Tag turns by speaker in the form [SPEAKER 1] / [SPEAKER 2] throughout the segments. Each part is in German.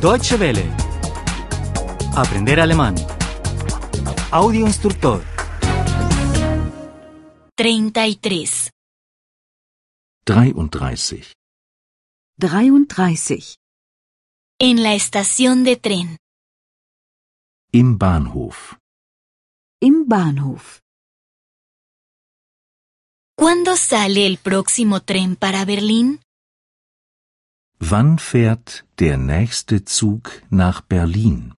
[SPEAKER 1] Deutsche Welle. Aprender alemán. Audio instructor.
[SPEAKER 2] 33.
[SPEAKER 3] 33.
[SPEAKER 4] 33.
[SPEAKER 2] En la estación de tren.
[SPEAKER 3] Im Bahnhof.
[SPEAKER 4] Im Bahnhof.
[SPEAKER 2] ¿Cuándo sale el próximo tren para Berlín?
[SPEAKER 3] Wann fährt der nächste Zug nach Berlin?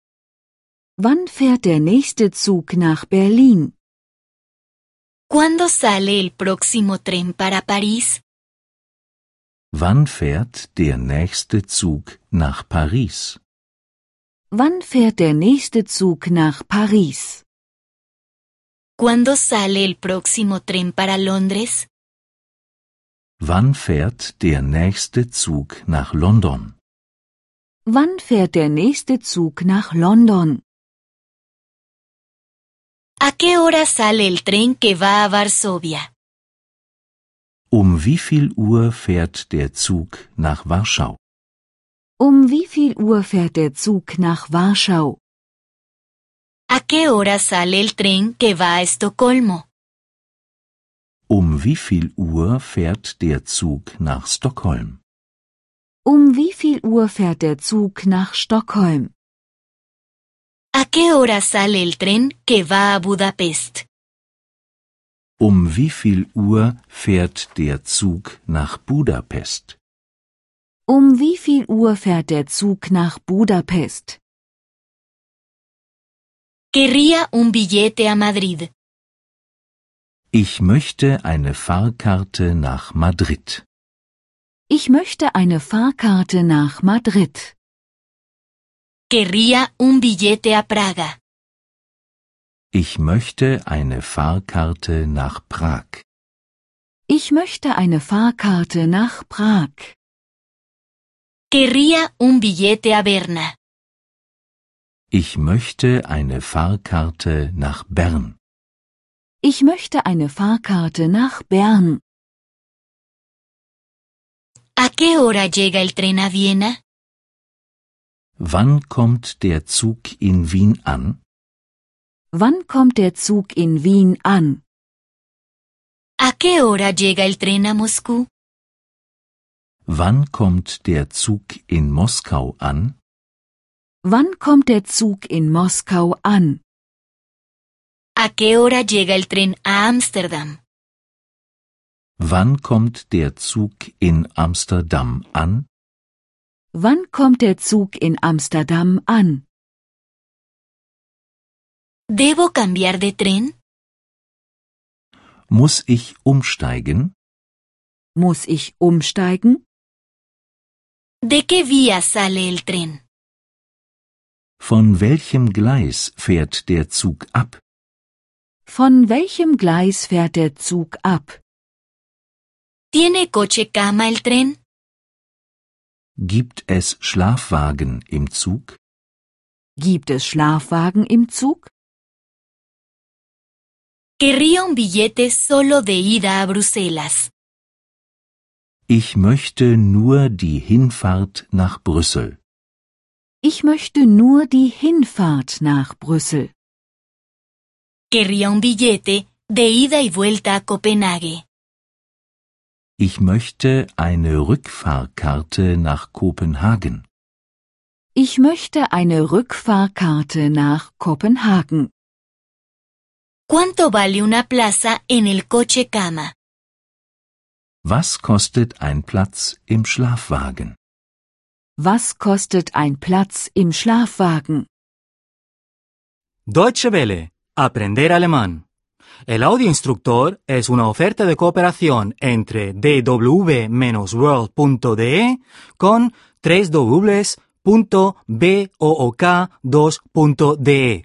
[SPEAKER 4] Wann fährt der nächste Zug nach Berlin?
[SPEAKER 2] ¿Cuándo sale el próximo tren para París?
[SPEAKER 3] Wann fährt der nächste Zug nach Paris?
[SPEAKER 4] Wann fährt der nächste Zug nach Paris?
[SPEAKER 2] ¿Cuándo sale el próximo tren para Londres?
[SPEAKER 3] Wann fährt der nächste Zug nach London?
[SPEAKER 4] Wann fährt der nächste Zug nach London?
[SPEAKER 2] ¿A qué hora sale el tren que va a Varsovia?
[SPEAKER 3] Um wie viel Uhr fährt der Zug nach Warschau?
[SPEAKER 4] Um wie viel Uhr fährt der Zug nach Warschau?
[SPEAKER 2] ¿A qué hora sale el tren que va a Estocolmo?
[SPEAKER 3] Um wie viel Uhr fährt der Zug nach Stockholm?
[SPEAKER 4] Um wie viel Uhr fährt der Zug nach Stockholm?
[SPEAKER 2] ¿A qué hora sale el tren que va a Budapest?
[SPEAKER 3] Um wie viel Uhr fährt der Zug nach Budapest?
[SPEAKER 4] Um wie viel Uhr fährt der Zug nach Budapest?
[SPEAKER 2] Querría un billete a Madrid.
[SPEAKER 3] Ich möchte eine Fahrkarte nach Madrid.
[SPEAKER 4] Ich möchte eine Fahrkarte nach Madrid.
[SPEAKER 2] Querría un billete a Praga.
[SPEAKER 3] Ich möchte eine Fahrkarte nach Prag.
[SPEAKER 4] Ich möchte eine Fahrkarte nach Prag.
[SPEAKER 2] Querría un billete a Berna.
[SPEAKER 3] Ich möchte eine Fahrkarte nach Bern.
[SPEAKER 4] Ich möchte eine Fahrkarte nach Bern.
[SPEAKER 2] ¿A qué hora llega el tren a Viena?
[SPEAKER 3] Wann kommt der Zug in Wien an?
[SPEAKER 4] Wann kommt der Zug in Wien an?
[SPEAKER 2] ¿A qué hora llega el tren a Moscú?
[SPEAKER 3] Wann kommt der Zug in Moskau an?
[SPEAKER 4] Wann kommt der Zug in Moskau an?
[SPEAKER 2] ¿A qué hora llega el tren a Ámsterdam?
[SPEAKER 3] Wann kommt der Zug in Amsterdam an?
[SPEAKER 4] Wann kommt der Zug in Amsterdam an?
[SPEAKER 2] ¿Debo cambiar de tren?
[SPEAKER 3] Muss ich umsteigen?
[SPEAKER 4] Muss ich umsteigen?
[SPEAKER 2] ¿De qué vía sale el tren?
[SPEAKER 3] Von welchem Gleis fährt der Zug ab?
[SPEAKER 4] Von welchem Gleis fährt der Zug ab?
[SPEAKER 2] ¿Tiene coche cama el tren?
[SPEAKER 3] Gibt es Schlafwagen im Zug?
[SPEAKER 4] Gibt es Schlafwagen im Zug?
[SPEAKER 2] Querría un billete solo de ida a Bruselas.
[SPEAKER 3] Ich möchte nur die Hinfahrt nach Brüssel.
[SPEAKER 4] Ich möchte nur die Hinfahrt nach Brüssel.
[SPEAKER 2] Querría un billete de ida y vuelta a Copenhague.
[SPEAKER 3] Ich möchte eine Rückfahrkarte nach Kopenhagen.
[SPEAKER 4] Ich möchte eine Rückfahrkarte nach Kopenhagen.
[SPEAKER 2] ¿Cuánto vale una plaza en el coche cama?
[SPEAKER 3] Was kostet ein Platz im Schlafwagen?
[SPEAKER 4] Was kostet ein Platz im Schlafwagen?
[SPEAKER 1] Deutsche Welle. Aprender alemán. El audio instructor es una oferta de cooperación entre dw-world.de con 3 2de